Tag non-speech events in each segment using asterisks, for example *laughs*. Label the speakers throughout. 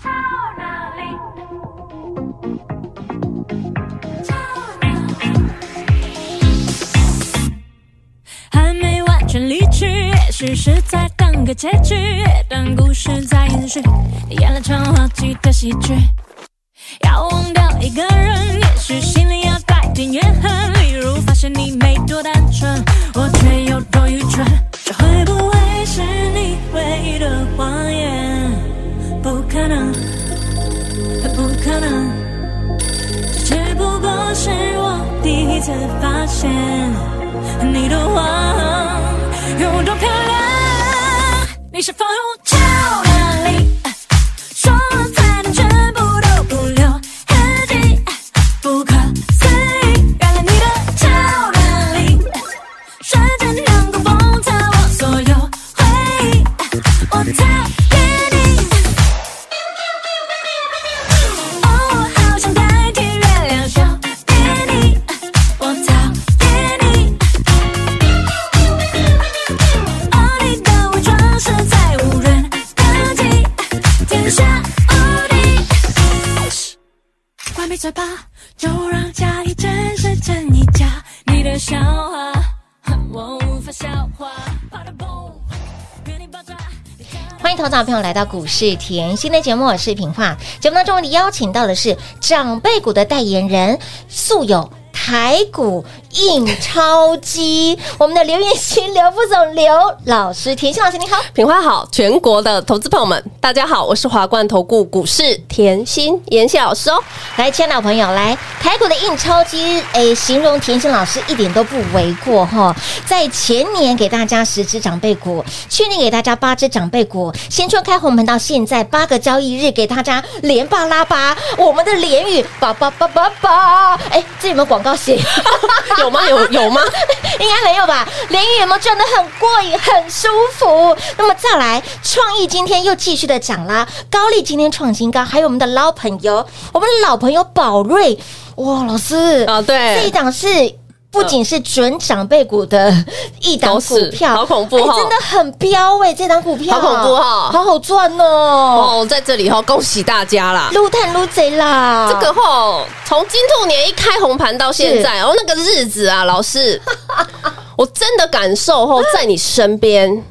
Speaker 1: 跑到哪里？
Speaker 2: 还没完全离去，只是在等个结局，但故事在延续，演了场滑稽的喜剧。要忘掉一个人，也许心里要带点怨恨。例如发现你没多单纯，我却有多愚蠢。这会不会是你唯一的谎言？不可能，不可能，这只不过是我第一次发现你的谎有多漂亮。你是否有超能力？说了才能全部都不留痕迹，不可思议！原来你的超能力，瞬间能够封存我所有回忆，我太给你。哦，好想代替月亮笑给你，我讨厌你。哦，你的伪装实在无人能及，天下无敌。关闭嘴巴，就让假意真实真一假。你的笑话，哼我无法消化。啪嗒嘣，给你爆炸。你看
Speaker 3: 欢迎投资者朋友来到股市甜心的节目，我是平化。节目当中为你邀请到的是长辈股的代言人，素有。台股印钞机，我们的刘彦新刘副总刘老师，甜心老师你好，
Speaker 4: 品花好，全国的投资朋友们，大家好，我是华冠投顾股市甜心妍希老师哦。
Speaker 3: 来，亲爱的老朋友，来台股的印钞机，哎，形容甜心老师一点都不为过哈。在前年给大家十只长辈股，去年给大家八只长辈股，先春开红盘到现在八个交易日给大家连八拉八，我们的连雨叭叭叭叭叭，哎，这有没有广告写？
Speaker 4: *laughs* 有吗？有有吗？
Speaker 3: *laughs* 应该没有吧？连雨有没有赚的很过瘾、很舒服？那么再来，创意今天又继续的涨啦，高丽今天创新高，还有我们的老朋友，我们的老朋友宝瑞，哇，老师
Speaker 4: 啊对
Speaker 3: 这一档是。不仅是准长辈股的一档
Speaker 4: 都
Speaker 3: 股
Speaker 4: 是
Speaker 3: 票，
Speaker 4: 好恐怖
Speaker 3: 哎
Speaker 4: 哦
Speaker 3: 真的很飙哎、这档股票
Speaker 4: 好恐怖哦
Speaker 3: 好好赚哦，
Speaker 4: 哦，在这里哦，恭喜大家啦！
Speaker 3: 撸碳撸贼啦，
Speaker 4: 这个吼，从金兔年一开红盘到现在，哦，那个日子啊，老师， *laughs* 我真的感受吼，在你身边，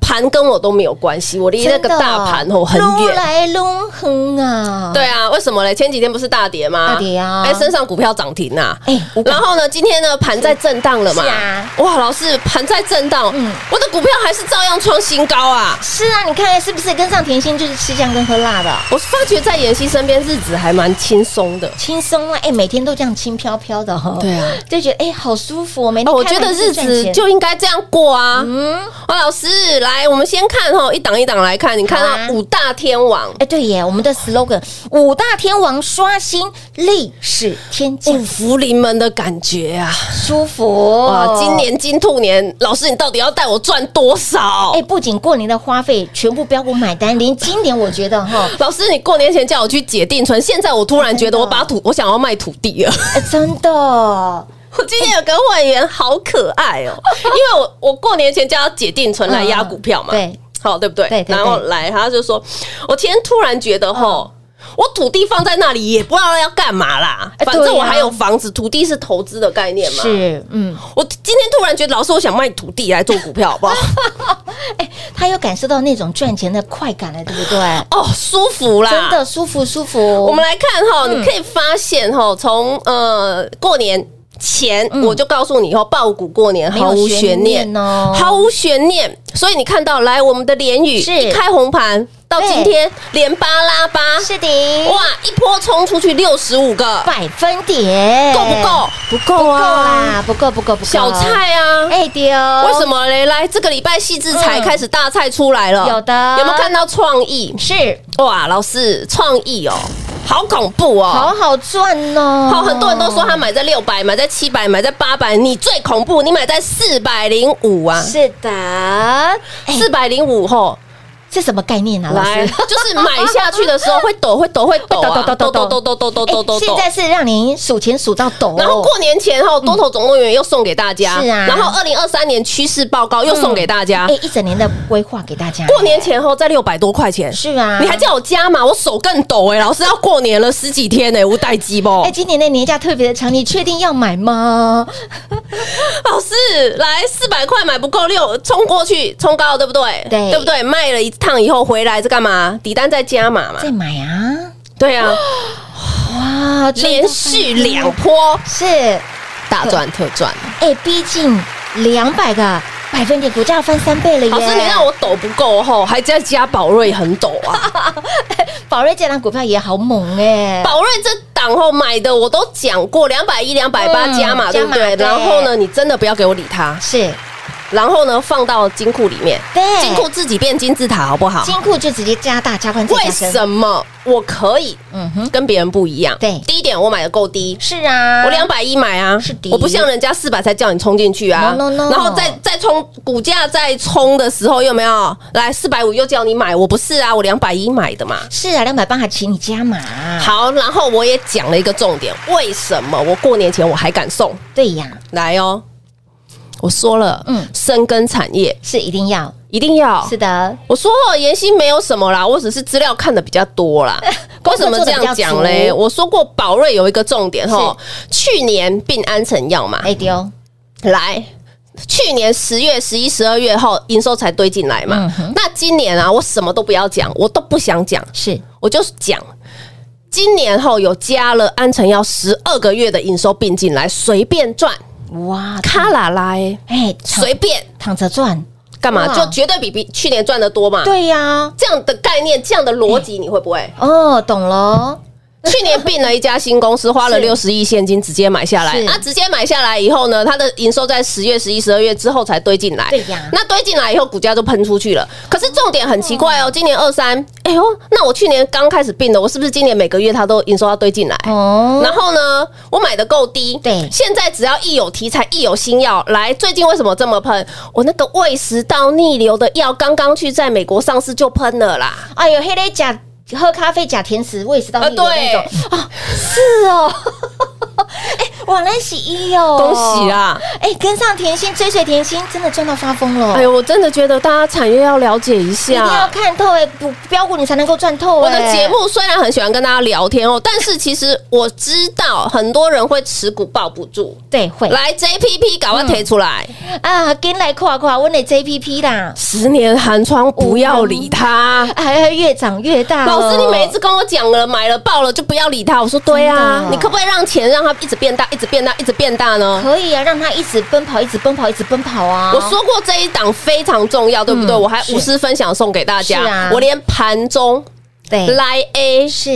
Speaker 4: 盘跟我都没有关系，我离那个
Speaker 3: 真的
Speaker 4: 大盘吼很
Speaker 3: 撸
Speaker 4: 远。
Speaker 3: 来撸哼啊，
Speaker 4: 对啊，为什么嘞？前几天不是大跌吗？
Speaker 3: 大跌啊
Speaker 4: 哎，身上股票涨停啊！
Speaker 3: 哎五百
Speaker 4: 然后呢，今天呢盘在震荡了嘛？
Speaker 3: 是啊
Speaker 4: 哇，老师盘在震荡，
Speaker 3: 嗯
Speaker 4: 我的股票还是照样创新高啊！
Speaker 3: 是啊，你看看是不是跟上甜心就是吃香跟喝辣的，
Speaker 4: 我发觉在妍希身边日子还蛮轻松的，
Speaker 3: 轻松啊！哎、每天都这样轻飘飘的哈、哦，
Speaker 4: 对啊，
Speaker 3: 就觉得哎、好舒服、哦。每天、
Speaker 4: 哦，我觉得日子就应该这样过啊！
Speaker 3: 嗯，
Speaker 4: 哦，老师，来，我们先看哦，一档一档来看，你看
Speaker 3: 好啊
Speaker 4: 到五大天王
Speaker 3: 哎、对耶，我们的 slogan 五大天王刷新历史天价，
Speaker 4: 五福临门的感觉啊！
Speaker 3: 舒服哦
Speaker 4: 哇，今。年金兔年，老师你到底要带我赚多少
Speaker 3: 哎、？不仅过年的花费全部标股买单，连今年我觉得
Speaker 4: *laughs*
Speaker 3: 哈、
Speaker 4: 老师，你过年前叫我去解定存，现在我突然觉
Speaker 3: 真
Speaker 4: 得
Speaker 3: 的哦
Speaker 4: 我把土，我想要卖土地了。 *laughs*
Speaker 3: 哎真的
Speaker 4: 我今天有个会员好可爱
Speaker 3: *laughs*
Speaker 4: 哦，因为我我过年前叫他解定存来压股票嘛，
Speaker 3: 嗯对，
Speaker 4: 好对不对？
Speaker 3: 对对对嗯
Speaker 4: 然后来他就说，我今天突然觉得吼。我土地放在那里也不知道要干嘛啦，
Speaker 3: 哎
Speaker 4: 反正
Speaker 3: 对
Speaker 4: 我
Speaker 3: 啊
Speaker 4: 还有房子，土地是投资的概念嘛。
Speaker 3: 是，嗯，
Speaker 4: 我今天突然觉得，老师，我想卖土地来做股
Speaker 3: *laughs*
Speaker 4: 票，好不好？
Speaker 3: 他有感受到那种赚钱的快感了，对不对？
Speaker 4: *laughs* 哦，舒服啦，
Speaker 3: 真的舒服舒服。
Speaker 4: 我们来看哈，
Speaker 3: 嗯
Speaker 4: 你可以发现哈，从呃过年。前我就告诉你，以后爆股过年
Speaker 3: 嗯没有
Speaker 4: 毫无悬
Speaker 3: 悬
Speaker 4: 念
Speaker 3: 念哦
Speaker 4: 毫无悬念。所以你看到来我们的联宇
Speaker 3: 是
Speaker 4: 一开红盘到
Speaker 3: 对
Speaker 4: 今天连八拉八，
Speaker 3: 是的，
Speaker 4: 哇，一波冲出去六十五个，
Speaker 3: 百分点
Speaker 4: 够不？够？不
Speaker 3: 不
Speaker 4: 够啊
Speaker 3: 够！啦，不够不够不够。
Speaker 4: 小菜啊，
Speaker 3: 哎丢，
Speaker 4: 为什么嘞？来这个礼拜细致才
Speaker 3: 嗯
Speaker 4: 开始大菜出来了，
Speaker 3: 有的
Speaker 4: 有没有看到创意？
Speaker 3: 是
Speaker 4: 哇，老师创意哦，好恐怖
Speaker 3: 好
Speaker 4: 哦！
Speaker 3: 好赚哦。
Speaker 4: 好，很多人都说他买在六百，买在七百，买在八百，你最恐怖，你买在四百零五啊，哎
Speaker 3: 是的，
Speaker 4: 四百零五吼，
Speaker 3: 这什么概念啊？老
Speaker 4: 来，
Speaker 3: 师，
Speaker 4: 就是买下去的时候会抖，会抖，会抖啊，
Speaker 3: 会抖
Speaker 4: *laughs* 抖
Speaker 3: 抖抖
Speaker 4: 抖抖
Speaker 3: 抖
Speaker 4: 抖抖抖抖抖抖
Speaker 3: 哎现在是让您数钱数到抖哦，
Speaker 4: 然后过年前哈，多头总动员又送给大家，
Speaker 3: 是啊
Speaker 4: 然后二零二三年趋势报告又送给大家
Speaker 3: 哎，。一整年的规划给大家。
Speaker 4: 过年前后再六百多块钱，
Speaker 3: 是啊，
Speaker 4: 你还叫我加码，我手更抖哎！老师要过年了，十几天哎，无待机不
Speaker 3: 哎，？今年的年假特别的长，你确定要买吗？
Speaker 4: *laughs* 老师来四百块买不够六，冲过去冲高对不对？
Speaker 3: 对
Speaker 4: 对不对？卖了一趟以后回来是干嘛？底单再加码嘛？
Speaker 3: 再买啊！
Speaker 4: 对啊，
Speaker 3: 哇，赚到
Speaker 4: 连续两波
Speaker 3: 是
Speaker 4: 大赚特赚。
Speaker 3: 哎，逼近两百个百分点，股价翻三倍了耶！
Speaker 4: 老师，你让我抖不够吼，还在加宝瑞很抖啊。
Speaker 3: *laughs* 宝瑞这档股票也好猛哎，
Speaker 4: 宝瑞这档后买的我都讲过，两百一、两百八
Speaker 3: 嗯
Speaker 4: 加码，对不
Speaker 3: 加码
Speaker 4: 对？
Speaker 3: 对
Speaker 4: 然后呢，你真的不要给我理它，
Speaker 3: 是
Speaker 4: 然后呢，放到金库里面，
Speaker 3: 对
Speaker 4: 金库自己变金字塔，好不好？
Speaker 3: 金库就直接加大加宽再
Speaker 4: 为
Speaker 3: 加深，
Speaker 4: 什么我可以
Speaker 3: 嗯哼，
Speaker 4: 跟别人不一样？
Speaker 3: 对
Speaker 4: 第一点我买的够低。
Speaker 3: 是啊，
Speaker 4: 我两百一买啊
Speaker 3: 是的，
Speaker 4: 我不像人家四百才叫你冲进去啊
Speaker 3: No, no, no
Speaker 4: 然后再再冲股价再冲的时候有没有来四百五又叫你买？我不是啊，我两百一买的嘛。
Speaker 3: 是啊，两百八还请你加码，
Speaker 4: 好，然后我也讲了一个重点，为什么我过年前我还敢送？
Speaker 3: 对呀，
Speaker 4: 来哦，我说了，
Speaker 3: 嗯
Speaker 4: 嗯，深耕产业
Speaker 3: 是一定要，
Speaker 4: 一定要。
Speaker 3: 是的，
Speaker 4: 我说哦，妍希没有什么啦，我只是资料看的比较
Speaker 3: *laughs*
Speaker 4: 多啦。为什么这样讲嘞？我说过宝瑞有一个重点哈，去年并安成药嘛，
Speaker 3: 哎丢，
Speaker 4: 来。去年十月、十一、十二月后，营收才堆进来嘛。
Speaker 3: 嗯哼
Speaker 4: 那今年啊，我什么都不要讲，我都不想讲，
Speaker 3: 是
Speaker 4: 我就讲，今年后有加了安诚药十二个月的营收并进来，随便赚，
Speaker 3: 哇，
Speaker 4: 卡啦啦欸
Speaker 3: 哎，躺
Speaker 4: 随便
Speaker 3: 躺着赚，
Speaker 4: 干嘛？
Speaker 3: 哇
Speaker 4: 就绝对比比去年赚的多嘛。
Speaker 3: 对呀，
Speaker 4: 这样的概念，这样的逻辑，你会
Speaker 3: *laughs*
Speaker 4: 不会？
Speaker 3: 哦，懂了，
Speaker 4: 去年并了一家新公司，花了六十亿现金直接买下来
Speaker 3: 是。
Speaker 4: 啊，直接买下来以后呢，它的营收在十月、十一、十二月之后才堆进来。
Speaker 3: 对呀
Speaker 4: 那堆进来以后，股价就喷出去了。可是重点很奇怪
Speaker 3: 嗯
Speaker 4: 哦，今年二三，哎呦，那我去年刚开始并的，我是不是今年每个月它都营收要堆进来？
Speaker 3: 哦，
Speaker 4: 然后呢，我买的够低，
Speaker 3: 对
Speaker 4: 现在只要一有题材，一有新药来，最近为什么这么喷？我那个胃食道逆流的药刚刚去在美国上市就喷了啦，
Speaker 3: 哎呦，黑雷假喝咖啡假甜食，胃食道逆流
Speaker 4: 啊对
Speaker 3: 那种，哦，是哦， *laughs* 哎，哇，那喜一哦，
Speaker 4: 恭喜！啊！
Speaker 3: 哎，跟上甜心，追随甜心，真的赚到发疯了，
Speaker 4: 哎呦，我真的觉得大家产业要了解一
Speaker 3: 一定要
Speaker 4: 下。
Speaker 3: 看透哎，不标股你才能够赚透
Speaker 4: 我
Speaker 3: 哎。
Speaker 4: 的节目虽然很喜欢跟大家聊天哦，但是其实我知道很多人会持股抱不住。
Speaker 3: 对会
Speaker 4: 来 JPP 赶快推出来，
Speaker 3: 啊，跟来跨跨，我的 JPP 啦。
Speaker 4: 十年寒窗不要理它。
Speaker 3: 哎，越长越大哦、
Speaker 4: 老师，你每一次跟我讲了买了爆了就不要理他，我说对
Speaker 3: 真
Speaker 4: 啊
Speaker 3: 的，
Speaker 4: 你可不可以让钱让它一直变大，一直变大，一直变大呢？
Speaker 3: 可以啊，让他一直奔跑，一直奔跑，一直奔跑啊！
Speaker 4: 我说过这一档非常重要，对不对？
Speaker 3: 嗯
Speaker 4: 我还
Speaker 3: 是
Speaker 4: 无私分享送给大
Speaker 3: 是啊
Speaker 4: 家，我连盘中
Speaker 3: 对，
Speaker 4: 来 A
Speaker 3: 是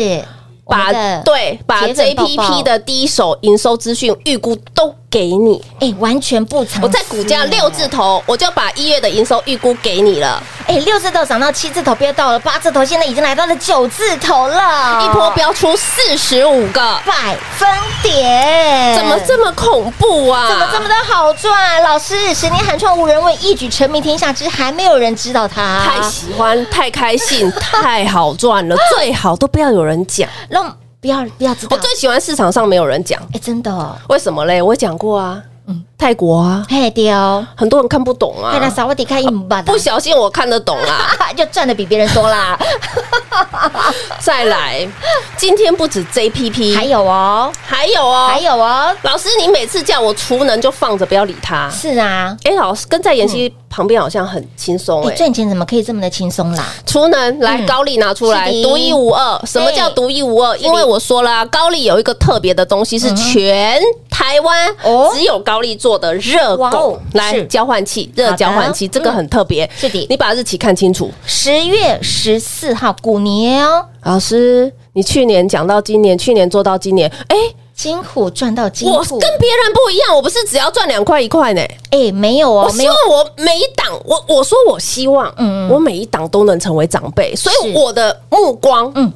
Speaker 3: 我
Speaker 4: 把
Speaker 3: 们的
Speaker 4: 对把
Speaker 3: 铁粉抱抱
Speaker 4: JPP 的第一手营收资讯预估都给你，
Speaker 3: 哎、完全不啊藏私。
Speaker 4: 我在股价六字头，我就把一月的营收预估给你了，
Speaker 3: 哎、六字头涨到七字头，不要到了八字头，现在已经来到了九字头了，
Speaker 4: 一波飙出四十五个，
Speaker 3: 百分点，
Speaker 4: 怎么这么恐怖啊？
Speaker 3: 怎么这么的好赚？老师，十年寒窗无人问，一举成名天下知，还没有人知道他。
Speaker 4: 太喜欢、太开
Speaker 3: *laughs*
Speaker 4: 心、太好赚了，最好都不要有人讲。
Speaker 3: 让不要不要知道，
Speaker 4: 我最喜欢市场上没有人讲，
Speaker 3: 哎、真的、哦，
Speaker 4: 为什么嘞？我讲过啊，
Speaker 3: 嗯
Speaker 4: 泰国啊，
Speaker 3: 嘿丢、哦，
Speaker 4: 很多人看不懂
Speaker 3: 哎，那
Speaker 4: 啊，
Speaker 3: 萨瓦迪卡一姆吧，
Speaker 4: 不小心我看得懂
Speaker 3: *laughs*
Speaker 4: 啊。
Speaker 3: 哎就赚的比别人多啦。
Speaker 4: 再来，今天不止
Speaker 3: 还
Speaker 4: JPP，
Speaker 3: 有哦，
Speaker 4: 还有嗯哦
Speaker 3: 还，有哦，
Speaker 4: 老师，你每次叫我厨能就放着，不要理他。
Speaker 3: 是啊，
Speaker 4: 哎，老师跟在妍希旁边好像很轻松
Speaker 3: 你
Speaker 4: 哎。
Speaker 3: 赚钱怎么可以这么的轻松啦？
Speaker 4: 厨能来
Speaker 3: 嗯
Speaker 4: 高丽拿出来
Speaker 3: 是的，
Speaker 4: 独一无二。什么叫独一无二？因为我说啦，高丽有一个特别的东西，是全台湾
Speaker 3: 哦
Speaker 4: 只有高丽做的热
Speaker 3: 哇哦
Speaker 4: 狗来
Speaker 3: 是
Speaker 4: 交换器，
Speaker 3: 好
Speaker 4: 热
Speaker 3: 的
Speaker 4: 交换器这个
Speaker 3: 嗯
Speaker 4: 很特别。
Speaker 3: 是的
Speaker 4: 你把日期看清楚。
Speaker 3: 十月十四号，虎年哦，
Speaker 4: 老师，你去年讲到今年，去年做到今年，哎，
Speaker 3: 金虎赚到金
Speaker 4: 我
Speaker 3: 虎，
Speaker 4: 跟别人不一样，我不是只要赚两块一块呢。
Speaker 3: 哎、没有
Speaker 4: 我
Speaker 3: 哦，没
Speaker 4: 希
Speaker 3: 有
Speaker 4: 望，我每一档，我我说我希望，
Speaker 3: 嗯嗯
Speaker 4: 我每一档都能成为长辈，所以
Speaker 3: 是
Speaker 4: 我的目光，
Speaker 3: 嗯
Speaker 4: 嗯，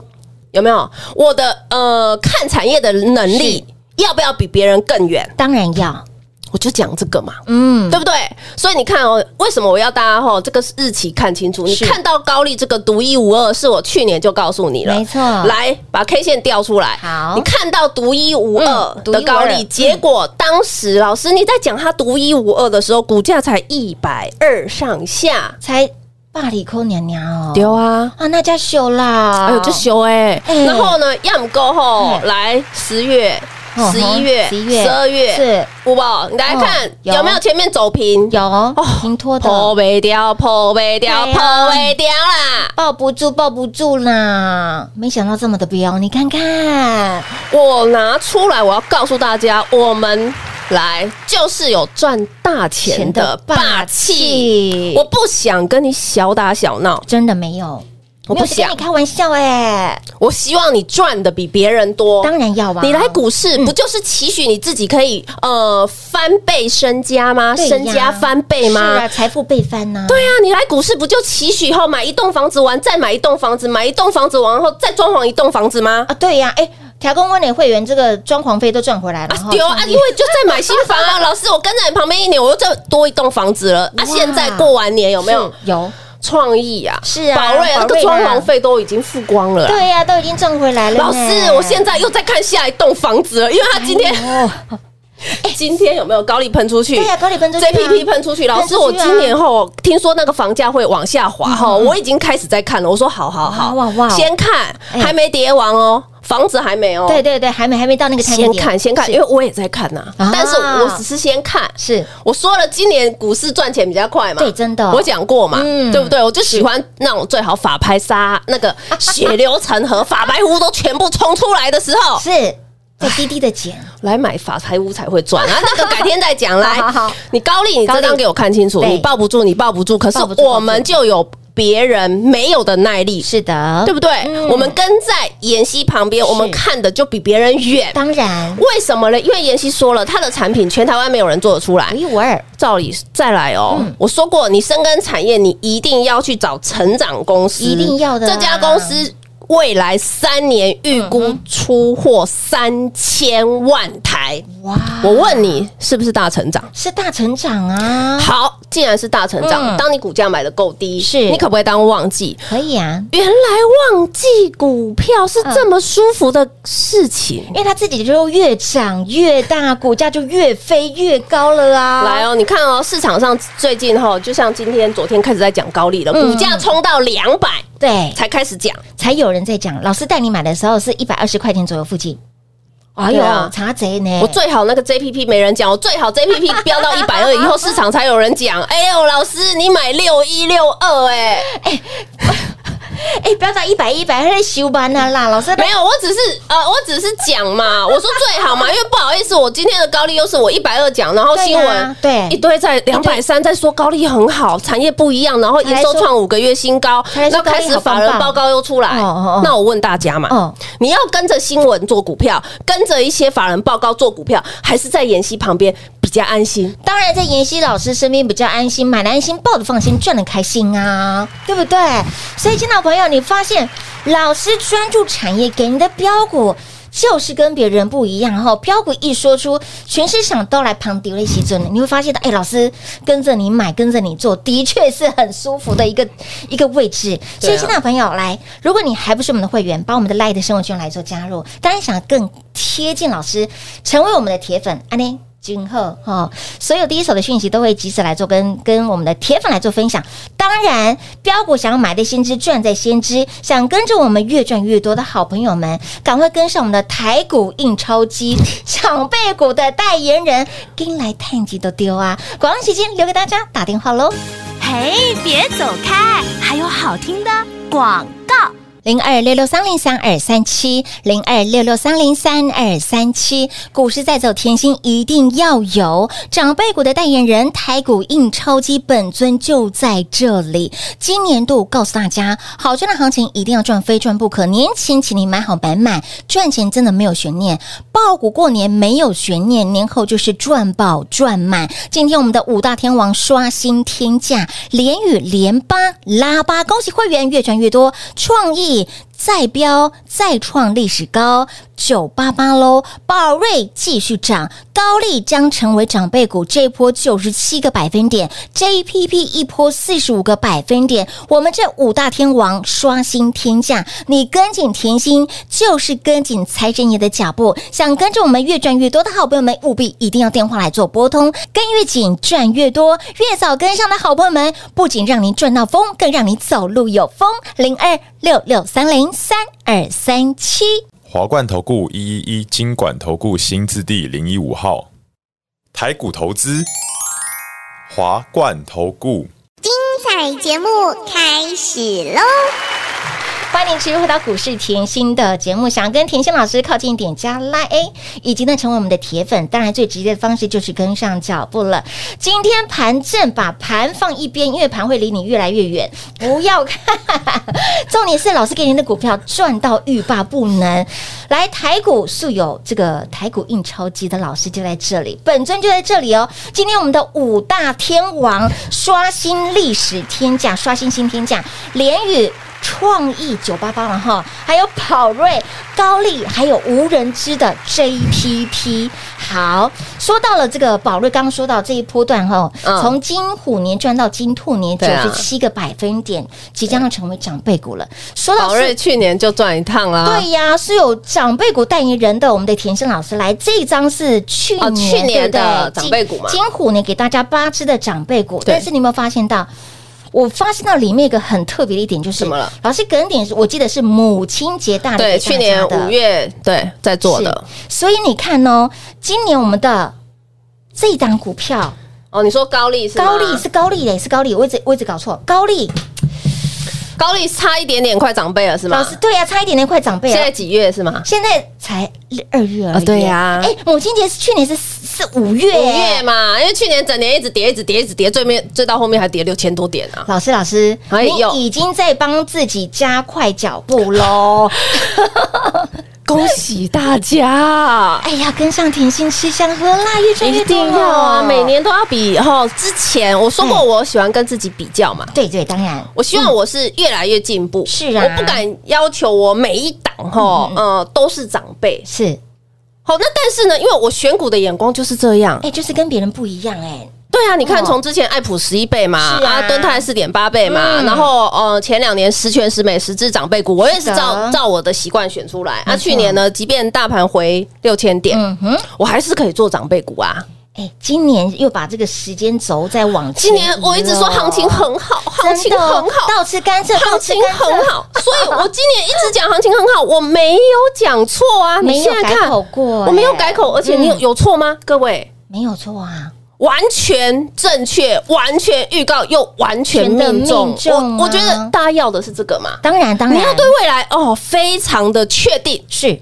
Speaker 4: 有没有？我的呃，看产业的能力要不要比别人更远？
Speaker 3: 当然要，
Speaker 4: 我就讲这个嘛，
Speaker 3: 嗯，
Speaker 4: 对不对？所以你看哦，为什么我要大家哈、哦、这个日期看清楚？你
Speaker 3: 是
Speaker 4: 看到高利这个独一无二，是我去年就告诉你了，
Speaker 3: 没错
Speaker 4: 来把 K 线调出来，
Speaker 3: 好
Speaker 4: 你看到独一无
Speaker 3: 嗯
Speaker 4: 二
Speaker 3: 独一无
Speaker 4: 的
Speaker 3: 二
Speaker 4: 高利，
Speaker 3: 嗯
Speaker 4: 结果当时老师你在讲它独一无二的时候，股价才一百二上下，
Speaker 3: 才霸里扣娘娘哦，
Speaker 4: 丢啊！
Speaker 3: 啊，那叫秀啦，
Speaker 4: 哎呦，这修哎、
Speaker 3: 哦哎
Speaker 4: 然后呢，要么够吼，
Speaker 3: 嗯
Speaker 4: 来十月、
Speaker 3: 嗯哼
Speaker 4: 十一月、
Speaker 3: 11月
Speaker 4: 十二月，
Speaker 3: 是哦
Speaker 4: 五宝，你来看
Speaker 3: 有
Speaker 4: 有没有前面走平？
Speaker 3: 有平拖的，
Speaker 4: 哦破未掉，破未掉，
Speaker 3: 哦对
Speaker 4: 破
Speaker 3: 啊
Speaker 4: 未掉啦！
Speaker 3: 抱不住，抱不住啦！没想到这么的彪，你看看，
Speaker 4: 我拿出来，我要告诉大家，我们来就是有赚大钱的霸气。我不想跟你小打小闹，
Speaker 3: 真的没有，
Speaker 4: 我
Speaker 3: 没有在
Speaker 4: 不想
Speaker 3: 跟你，开玩笑哎、
Speaker 4: 我希望你赚的比别人多。
Speaker 3: 当然要啊，
Speaker 4: 哦你来股市不就是期许你自己可以呃翻倍身家吗？
Speaker 3: 对呀
Speaker 4: 身家翻倍吗？
Speaker 3: 是啊，财富倍翻呐、
Speaker 4: 对啊，你来股市不就期许后买一栋房子完，再买一栋房子，买一栋房子完然后再装潢一栋房子吗？
Speaker 3: 啊，对呀、哎，调工温的会员这个装潢费都赚回来了
Speaker 4: 啊
Speaker 3: 哈，
Speaker 4: 丢啊！因为就在买新
Speaker 3: *laughs*
Speaker 4: 房啊，老师，我跟在你旁边一年，我又再多一栋房子了
Speaker 3: 哇
Speaker 4: 啊！现在过完年有没有
Speaker 3: 是有，
Speaker 4: 创意啊？
Speaker 3: 是啊
Speaker 4: 宝瑞啊，
Speaker 3: 宝
Speaker 4: 那
Speaker 3: 瑞啊
Speaker 4: 个装潢费都已经付光了啦。
Speaker 3: 对呀、都已经赚回来了呢。
Speaker 4: 啊老师，我现在又在看下一栋房子了，因为他今天哎
Speaker 3: 哦，
Speaker 4: 今天有没有高利喷出去？
Speaker 3: 对呀、啊高丽分
Speaker 4: JPP 喷出
Speaker 3: 啊
Speaker 4: 去，老师，我今年后听说那个房价会往下滑吼，我已经开始在看了。我说好好好，
Speaker 3: 嗯哇哇哇
Speaker 4: 先看，
Speaker 3: 哎
Speaker 4: 还没跌完哦，房子还没哦，
Speaker 3: 对，对对，还没还没到那个time
Speaker 4: 先
Speaker 3: 点
Speaker 4: 看先看，因为我也在看呐
Speaker 3: 啊，
Speaker 4: 但是我只是先看。
Speaker 3: 是
Speaker 4: 我说了，今年股市赚钱比较快嘛，
Speaker 3: 对真的
Speaker 4: 我讲过嘛，
Speaker 3: 嗯
Speaker 4: 对不对？我就喜欢那种最好法拍杀那个血流成河，法白屋都全部冲出来的时候，
Speaker 3: 是在滴滴的减，
Speaker 4: 来买法财屋才会赚啊！那个改天再讲。来
Speaker 3: *laughs* 好好好，
Speaker 4: 你高利，你
Speaker 3: 高利
Speaker 4: 这张给我看清楚，
Speaker 3: 对
Speaker 4: 你抱不住，你抱不住。可是
Speaker 3: 抱不住
Speaker 4: 我们就有别人没有的耐力，
Speaker 3: 是嗯的，
Speaker 4: 对不对？我们跟在妍希旁边，我们看的就比别人远。
Speaker 3: 当然，
Speaker 4: 为什么呢？因为妍希说了，她的产品全台湾没有人做得出来
Speaker 3: 独。一无二，
Speaker 4: 照理再来哦，
Speaker 3: 嗯
Speaker 4: 我说过，你深耕产业，你一定要去找成长公司，
Speaker 3: 一定要的啊嗯
Speaker 4: 这家公司未来三年预估出货三千万台，
Speaker 3: 哇，
Speaker 4: 我问你是不是大成长？
Speaker 3: 是大成长啊，嗯
Speaker 4: 好，既然是大成长，当你股价买的够低，
Speaker 3: 是
Speaker 4: 你可不可以当旺季？
Speaker 3: 可以啊，
Speaker 4: 原来旺季股票是这么舒服的事情。
Speaker 3: 因为他自己就越长越大，股价就越飞越高了啊！
Speaker 4: 来哦，你看哦，市场上最近哈、哦，就像今天、昨天开始在讲高利了，
Speaker 3: 嗯
Speaker 4: 股价冲到两百
Speaker 3: 对，
Speaker 4: 才开始讲，
Speaker 3: 才有人在讲，老师带你买的时候是一百二十块钱左右附近。哎
Speaker 4: 对啊
Speaker 3: 呦，查贼呢！
Speaker 4: 我最好那个 JPP 没人讲，我最
Speaker 3: *laughs*
Speaker 4: 好 JPP 飙到一百二以后，市场才有人讲。哎呦，老师，你买六一六
Speaker 3: *laughs*
Speaker 4: 二，哎，
Speaker 3: 哎，不要到一百一百，还在修班啊啦！老师
Speaker 4: 没有，我只是呃，我只是讲嘛，我说最
Speaker 3: *laughs*
Speaker 4: 好嘛，因为不好意思，我今天的高利又是我一百二讲，然后
Speaker 3: 对
Speaker 4: 新
Speaker 3: 呀
Speaker 4: 闻
Speaker 3: 对
Speaker 4: 一堆在两百三在说高利很好，产业不一样，然后营收创五个月新高，
Speaker 3: 才来
Speaker 4: 然
Speaker 3: 说
Speaker 4: 后开始法人报告又出来
Speaker 3: 高利好棒棒哦哦哦，
Speaker 4: 那我问大家嘛
Speaker 3: 哦，
Speaker 4: 你要跟着新闻做股票，跟着一些法人报告做股票，还是在妍希旁边比较安心？
Speaker 3: 当然在妍希老师身边比较安心，买的安心，抱的放心，赚的开心啊，对不对？所以，亲老朋友，你发现老师专注产业给你的标股。就是跟别人不一样哈、哦，标股一说出，全市场都来旁丢了一起准，你会发现到，哎，老师跟着你买，跟着你做，的确是很舒服的一个一个位置。所以，
Speaker 4: 对啊
Speaker 3: 亲爱的朋友，来，如果你还不是我们的会员，把我们的 Light 的生活圈来做加入，当然想更贴近老师，成为我们的铁粉，安妮。君鹤哦，所有第一手的讯息都会及时来做跟跟我们的铁粉来做分享。当然，标股想要买的先知赚在先知，想跟着我们越赚越多的好朋友们，赶快跟上我们的台股印钞机长辈股的代言人，跟来探机都丢啊！广告时间留给大家打电话喽。
Speaker 5: 嘿，别走开，还有好听的广告。
Speaker 3: 零二六六三零三二三七，零二六六三零三二三七，股市在走，甜心一定要有长辈股的代言人，台股印钞机本尊就在这里。今年度告诉大家，好赚的行情一定要赚，非赚不可。年前请你买好买满，赚钱真的没有悬念，爆股过年没有悬念，年后就是赚爆赚满。今天我们的五大天王刷新天价，连雨连八拉八，恭喜会员越赚越多，创意。再飙再创历史高，九八八喽，宝瑞继续涨，高丽将成为长辈股，这一波九十七个百分点，JPP 一波四十五个百分点，我们这五大天王刷新天价，你跟紧甜心就是跟紧财神爷的脚步，想跟着我们越赚越多的好朋友们，务必一定要电话来做拨通，跟越紧赚越多，越早跟上的好朋友们，不仅让您赚到风，更让你走路有风。零二六六三零三二三七。
Speaker 6: 华冠投顾一一一金管投顾新字第零一五号，台股投资，华冠投顾。
Speaker 7: 彩节目开始喽！
Speaker 3: 欢迎持续回到股市甜心的节目，想跟甜心老师靠近一点加拉 A，已经呢成为我们的铁粉。当然，最直接的方式就是跟上脚步了。今天盘正，把盘放一边，因为盘会离你越来越远。不要看，重点是老师给您的股票赚到欲罢不能。来，台股素有这个台股印钞机的老师就在这里，本尊就在这里哦。今天我们的五大天王刷新历史天价，刷新新天价，连宇。创意九八八了哈，还有跑瑞、高丽，还有无人知的 JPP。好，说到了这个宝瑞，刚刚说到这一波段哈，
Speaker 4: 嗯
Speaker 3: 从金虎年赚到金兔年九
Speaker 4: 对啊
Speaker 3: 十七个百分点，即将要成为长辈股了。说到
Speaker 4: 宝瑞
Speaker 3: 是。
Speaker 4: 去年就赚一趟啦，
Speaker 3: 对呀、是有长辈股代言人的，我们的田生老师来，这一张是去年、
Speaker 4: 哦去年的
Speaker 3: 对不对
Speaker 4: 长辈股嘛
Speaker 3: 金金虎呢给大家八只的长辈股，
Speaker 4: 对
Speaker 3: 但是你有没有发现到？我发现到里面一个很特别的一点就是
Speaker 4: 什么了？
Speaker 3: 老师给点，我记得是母亲节大礼给大家的，
Speaker 4: 对，去年五月对在做的。
Speaker 3: 是。所以你看哦，今年我们的这一档股票，
Speaker 4: 哦，你说高丽是吗
Speaker 3: 高丽是高丽的，是高丽，我一直我一直搞错，高丽
Speaker 4: 高丽差一点点快长辈了是吗？
Speaker 3: 老师对呀、差一点点快长辈
Speaker 4: 现在
Speaker 3: 了。
Speaker 4: 几月是吗？
Speaker 3: 现在才二月而
Speaker 4: 啊
Speaker 3: 已，
Speaker 4: 对呀
Speaker 3: 哎，母亲节是去年是是五月，
Speaker 4: 五月嘛，因为去年整年一直跌，一直跌，一直跌，最面最到后面还跌六千多点啊。
Speaker 3: 老师，老师，
Speaker 4: 哎呦
Speaker 3: 你已经在帮自己加快脚步
Speaker 4: *laughs*
Speaker 3: 喽！
Speaker 4: 恭喜大家！
Speaker 3: 哎呀，跟上甜心吃香喝辣，越赚
Speaker 4: 一
Speaker 3: 越多
Speaker 4: 定
Speaker 3: 了
Speaker 4: 要啊，嗯每年都要比哦。之前我说过，我喜欢跟自己比较嘛。
Speaker 3: 对对，当然
Speaker 4: 我希望我是越来越进步，
Speaker 3: 是啊
Speaker 4: 我不敢要求我每一档哈，呃，都是长辈。
Speaker 3: 是，
Speaker 4: 好，那但是呢，因为我选股的眼光就是这样，
Speaker 3: 哎，就是跟别人不一样哎，
Speaker 4: 对啊，你看
Speaker 3: 哦
Speaker 4: 从之前爱普十一倍嘛，
Speaker 3: 是啊
Speaker 4: 敦泰四点八倍嘛，然后呃前两年十全十美十只长辈股，我也
Speaker 3: 是
Speaker 4: 是啊
Speaker 3: 的
Speaker 4: 照照我的习惯选出来。
Speaker 3: 没
Speaker 4: 啊，
Speaker 3: 错
Speaker 4: 去年呢，即便大盘回六千点，
Speaker 3: 嗯哼，
Speaker 4: 我还是可以做长辈股啊。
Speaker 3: 哎，今年又把这个时间轴再往前
Speaker 4: 今年我一直说
Speaker 3: 移了
Speaker 4: 行情很好，行情
Speaker 3: 真
Speaker 4: 很
Speaker 3: 的
Speaker 4: 好，
Speaker 3: 倒吃甘蔗，
Speaker 4: 行
Speaker 3: 倒吃
Speaker 4: 情
Speaker 3: 甘蔗
Speaker 4: 很好，所以我今年一直讲行情很好，我没有讲错啊。你
Speaker 3: 没有
Speaker 4: 现在
Speaker 3: 改
Speaker 4: 看，
Speaker 3: 口过哎
Speaker 4: 我没有改口，而且你有
Speaker 3: 嗯
Speaker 4: 有错吗？各位，
Speaker 3: 没有错啊，
Speaker 4: 完全正确，完全预告又完全命中。
Speaker 3: 全的命中啊嗯
Speaker 4: 我我觉得大家要的是这个嘛，
Speaker 3: 当然当然，
Speaker 4: 你要对未来哦非常的确定，是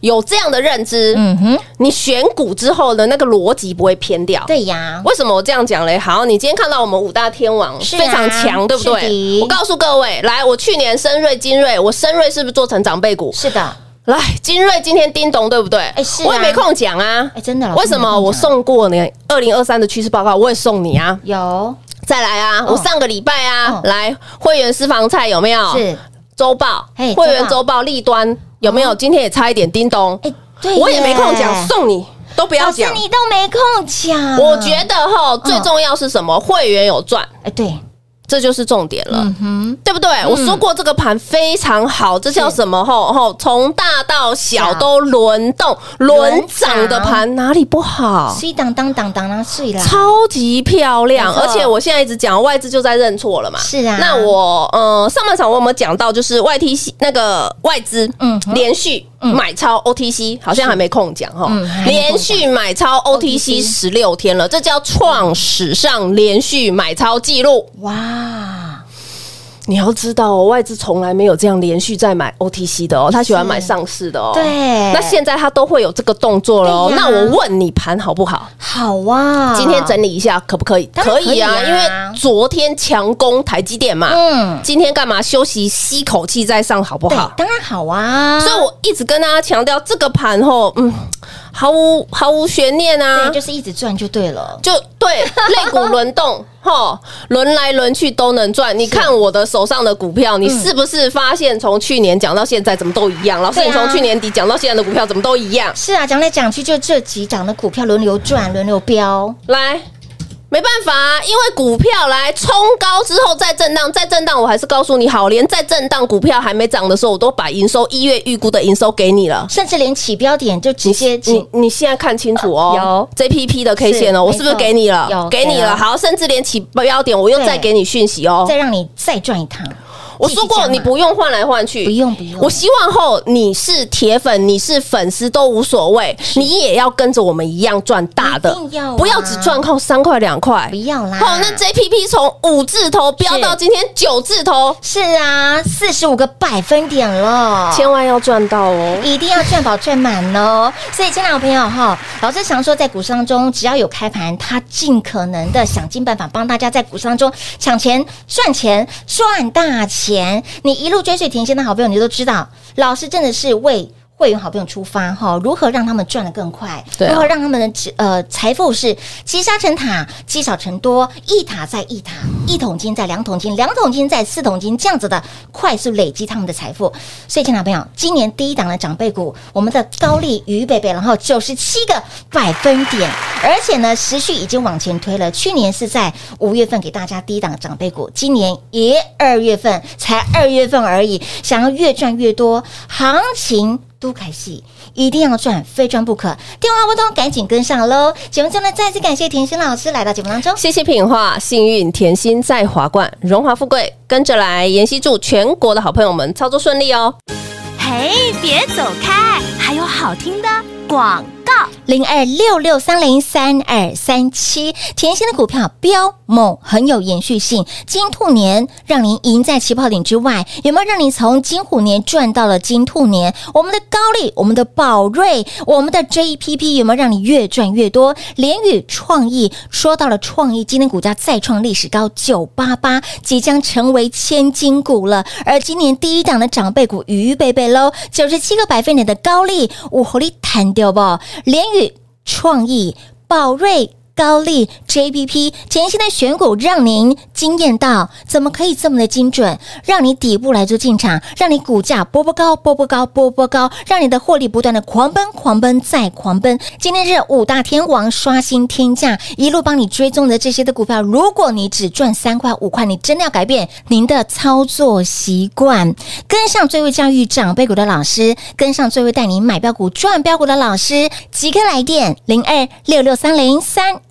Speaker 4: 有这样的认知。
Speaker 3: 嗯哼，
Speaker 4: 你选股之后的那个逻辑不会偏掉。。
Speaker 3: 对呀，
Speaker 4: 为什么我这样讲嘞？好，你今天看到我们五大天王
Speaker 3: 是啊
Speaker 4: 非常强，对不
Speaker 3: 是
Speaker 4: 对
Speaker 3: 的？
Speaker 4: 我告诉各位，来，我去年深瑞、精锐，我深瑞是不是做成长辈股？
Speaker 3: 是的，
Speaker 4: 来，精锐今天叮咚，对不对？哎
Speaker 3: 是啊
Speaker 4: 我也没空讲啊。
Speaker 3: 哎真的老师
Speaker 4: 为什
Speaker 3: 没空
Speaker 4: 么
Speaker 3: 讲
Speaker 4: 我送过你二零二三的趋势报告，我也送你啊？
Speaker 3: 有
Speaker 4: 再来啊，
Speaker 3: 嗯
Speaker 4: 我上个礼拜啊
Speaker 3: 嗯，
Speaker 4: 来会员私房菜有没有？
Speaker 3: 是，
Speaker 4: 周报
Speaker 3: 嘿，哦
Speaker 4: 会员周报立端有没有？今天也差一点叮咚，
Speaker 3: 哎，对耶，
Speaker 4: 我也没空讲，送你都不
Speaker 3: 老
Speaker 4: 要
Speaker 3: 师
Speaker 4: 讲。
Speaker 3: 你都没空讲，啊
Speaker 4: 我觉得哈，最重要是什么？会员有赚，
Speaker 3: 哎对，
Speaker 4: 这就是重点了。
Speaker 3: 嗯哼，
Speaker 4: 对不对？我说过这个盘非常好，这叫什么？吼吼，从大到小
Speaker 3: 小
Speaker 4: 都轮动、轮涨的盘，哪里不好？
Speaker 3: 碎当当当当当碎啦，
Speaker 4: 超级漂亮，
Speaker 3: 啊没错
Speaker 4: 而且我现在一直讲外资就在认错了嘛。
Speaker 3: 是啊
Speaker 4: 那我呃上半场我有没有讲到，就是外 T C 那个外资
Speaker 3: 嗯哼
Speaker 4: 连续买超 O T C，好像还没空讲哈
Speaker 3: 嗯还，没空讲
Speaker 4: 连续买超 O T C 十六天了，这叫创史上连续买超记录。
Speaker 3: 哇，
Speaker 4: 你要知道、哦，外资从来没有这样连续在买 OTC 的哦，他喜欢买上市的哦。
Speaker 3: 对
Speaker 4: 那现在他都会有这个动作喽。
Speaker 3: 对呀
Speaker 4: 那我问你盘好不好？
Speaker 3: 好哇，
Speaker 4: 今天整理一下可不可以？
Speaker 3: 啊当然可以啊
Speaker 4: 因为昨天强攻台积电嘛，
Speaker 3: 嗯，
Speaker 4: 今天干嘛休息吸口气再上好不
Speaker 3: 对
Speaker 4: 好，？
Speaker 3: 当然好啊，
Speaker 4: 所以我一直跟大家强调，这个盘吼，嗯，毫无毫无悬念啊
Speaker 3: 对，，就是一直赚就对了。
Speaker 4: 就对，肋骨轮动， *laughs* 哈，轮来轮去都能赚。你看我的手上的股票，
Speaker 3: 嗯
Speaker 4: 你是不是发现从去年讲到现在怎么都一样？老师，
Speaker 3: 对啊
Speaker 4: 你从去年底讲到现在的股票怎么都一样？
Speaker 3: 是啊，讲来讲去就这几档的股票轮流转，轮流飙。
Speaker 4: 来，没办法、啊，因为股票来冲高之后再震荡，再震荡，我还是告诉你好，连再震荡股票还没涨的时候，我都把营收一月预估的营收给你了。
Speaker 3: 甚至连起标点就直接
Speaker 4: 你哦
Speaker 3: 请
Speaker 4: 你现在看清
Speaker 3: 呃
Speaker 4: 楚
Speaker 3: 有
Speaker 4: 哦，有 JPP 的 K
Speaker 3: 是
Speaker 4: 线哦，我
Speaker 3: 没
Speaker 4: 是不是
Speaker 3: 错
Speaker 4: 给你了？
Speaker 3: 有
Speaker 4: 给你
Speaker 3: 给了
Speaker 4: 了。好，甚至连起标点，我又
Speaker 3: 对
Speaker 4: 再给你讯息哦。
Speaker 3: 再让你再赚一趟。
Speaker 4: 我说
Speaker 3: 继续
Speaker 4: 过，
Speaker 3: 加码
Speaker 4: 你不用换来换去，
Speaker 3: 不用不用
Speaker 4: 我希望后你是铁粉，你是粉丝都无所谓，你也要跟着我们一样赚大的
Speaker 3: 一定要啊，
Speaker 4: 不要只赚靠三块两块
Speaker 3: 不。要啦。
Speaker 4: 后那 JPP 从五字头飙到今天九字头，
Speaker 3: 是啊，四十五个百分点了，
Speaker 4: 千万要赚到哦！
Speaker 3: 一定要赚饱赚满哦。所以，亲爱的朋友哈，老师常说，在股市当中，只要有开盘，他尽可能的想尽办法帮大家在股市当中抢钱、赚钱、赚大钱。你一路追随甜心的好朋友，你都知道，老师真的是为。会员好朋友出发哈，如何让他们赚得更快？
Speaker 4: 对啊
Speaker 3: 如何让他们的呃财富是积沙成塔，积少成多，一塔再一塔，一桶金再两桶金，两桶金再四桶金，这样子的快速累积他们的财富。所以，亲爱的朋友，今年第一档的长辈股，我们的高丽鱼贝贝，然后九十七个百分点，而且呢，时序已经往前推了。去年是在五月份给大家第一档长辈股，今年也二月份，才二月份而已，想要越赚越多，行情。都开戏，一定要赚，非赚不可！电话拨通，赶紧跟上喽！节目中呢，再次感谢甜心老师来到节目当中。
Speaker 4: 谢谢品画，幸运甜心在华冠，荣华富贵跟着来。妍希祝全国的好朋友们操作顺利哦！
Speaker 5: 嘿，别走开，还有好听的广告。
Speaker 3: 零二六六三零三二三七，甜心的股票标猛，很有延续性。金兔年让您赢在起跑点之外，有没有让你从金虎年赚到了金兔年？我们的高丽，我们的宝瑞，我们的 JPP 有没有让你越赚越多？联宇创意说到了创意，今天股价再创历史高九八八，即将成为千金股了。而今年第一档的长辈股鱼贝贝喽，九十七个百分点的高丽，五红利弹掉不？联宇创意、宝瑞。高丽 JPP 甜心的选股让您惊艳到，怎么可以这么的精准？让你底部来做进场，让你股价波波高、波波高、波波高，让你的获利不断的狂奔、狂奔再狂奔。今天是五大天王刷新天价，一路帮你追踪的这些的股票，如果你只赚三块五块，你真的要改变您的操作习惯，跟上最会教育长辈股的老师，跟上最会带你买标股赚标股的老师，即刻来电零二六六三零三